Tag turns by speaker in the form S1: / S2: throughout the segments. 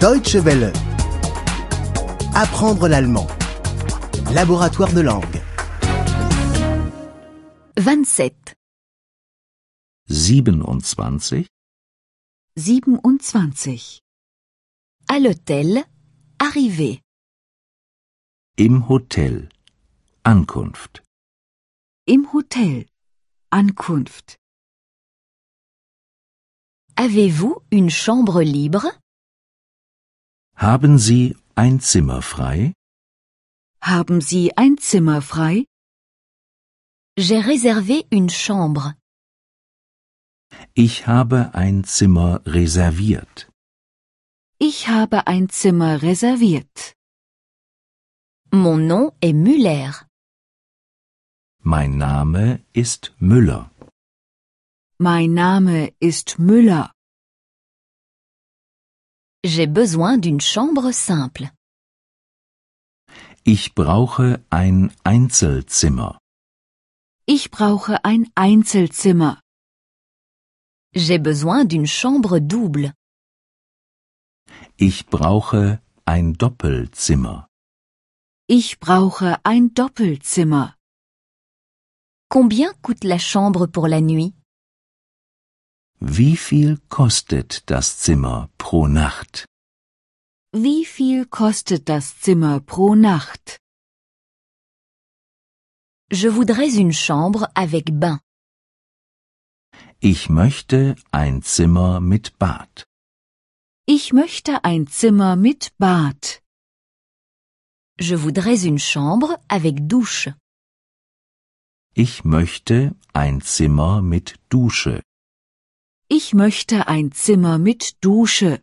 S1: Deutsche Welle. Apprendre l'allemand. Laboratoire de langue.
S2: 27.
S3: 27.
S2: 27. À l'hôtel, arrivé.
S3: Im Hotel. Ankunft.
S2: Im Hotel. Ankunft. Avez-vous une chambre libre
S3: Haben Sie ein Zimmer frei?
S2: Haben Sie ein Zimmer frei J'ai réservé une chambre.
S3: Ich habe ein Zimmer reserviert.
S2: Ich habe ein Zimmer reserviert. Mon nom est Müller.
S3: Mein Name ist Müller.
S2: Mein Name ist Müller. J'ai besoin d'une chambre simple.
S3: Ich brauche ein Einzelzimmer.
S2: Ich brauche ein Einzelzimmer. J'ai besoin d'une chambre double.
S3: Ich brauche ein Doppelzimmer.
S2: Ich brauche ein Doppelzimmer. Combien coûte la chambre pour la nuit
S3: Wie viel kostet das Zimmer pro Nacht?
S2: Wie viel kostet das Zimmer pro Nacht Je voudrais une chambre avec bain.
S3: Ich möchte ein Zimmer mit Bad.
S2: Ich möchte ein Zimmer mit Bad. Je voudrais une chambre avec douche.
S3: Ich möchte ein Zimmer mit Dusche.
S2: Ich möchte ein Zimmer mit Dusche.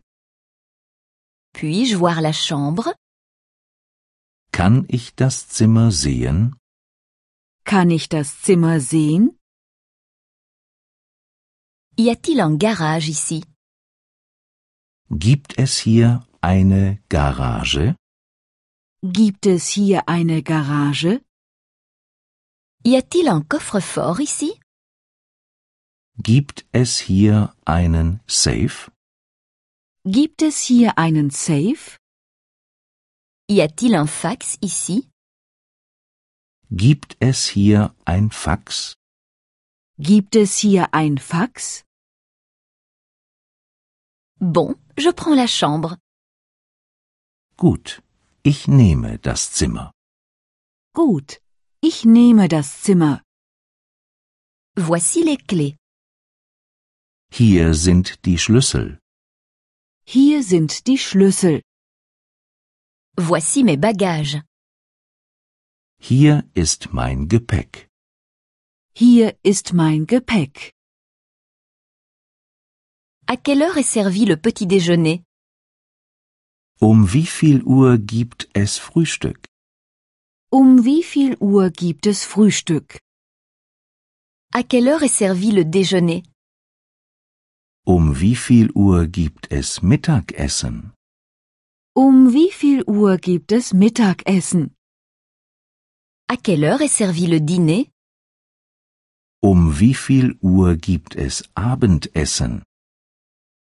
S2: Puis-je voir la chambre
S3: Kann ich das Zimmer sehen?
S2: Kann ich das Zimmer sehen Y a-t-il un garage ici
S3: Gibt es hier eine Garage?
S2: Gibt es hier eine Garage Y a-t-il un coffre-fort ici
S3: Gibt es hier einen Safe?
S2: Gibt es hier einen Safe Y a-t-il un fax ici
S3: Gibt es hier ein Fax?
S2: Gibt es hier ein Fax Bon, je prends la chambre.
S3: Gut, ich nehme das Zimmer.
S2: Gut, ich nehme das Zimmer. Voici les clés.
S3: Hier sind die Schlüssel.
S2: Hier sind die Schlüssel. Voici mes bagages.
S3: Hier ist mein Gepäck.
S2: Hier ist mein Gepäck. À quelle heure est servi le petit déjeuner
S3: Um wie viel Uhr gibt es Frühstück?
S2: Um wie viel Uhr gibt es Frühstück? À quelle heure est servi le déjeuner
S3: Um wie viel Uhr gibt es Mittagessen?
S2: Um wie viel Uhr gibt es Mittagessen? À quelle heure est servi le dîner
S3: Um wie viel Uhr gibt es Abendessen?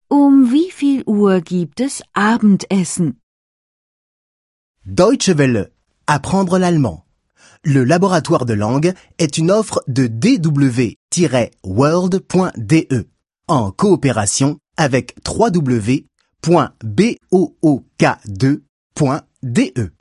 S2: Um wie viel Uhr gibt es Abendessen?
S1: Deutsche Welle. Apprendre l'allemand. Le laboratoire de langue est une offre de dw-world.de E en coopération avec www.book2.de.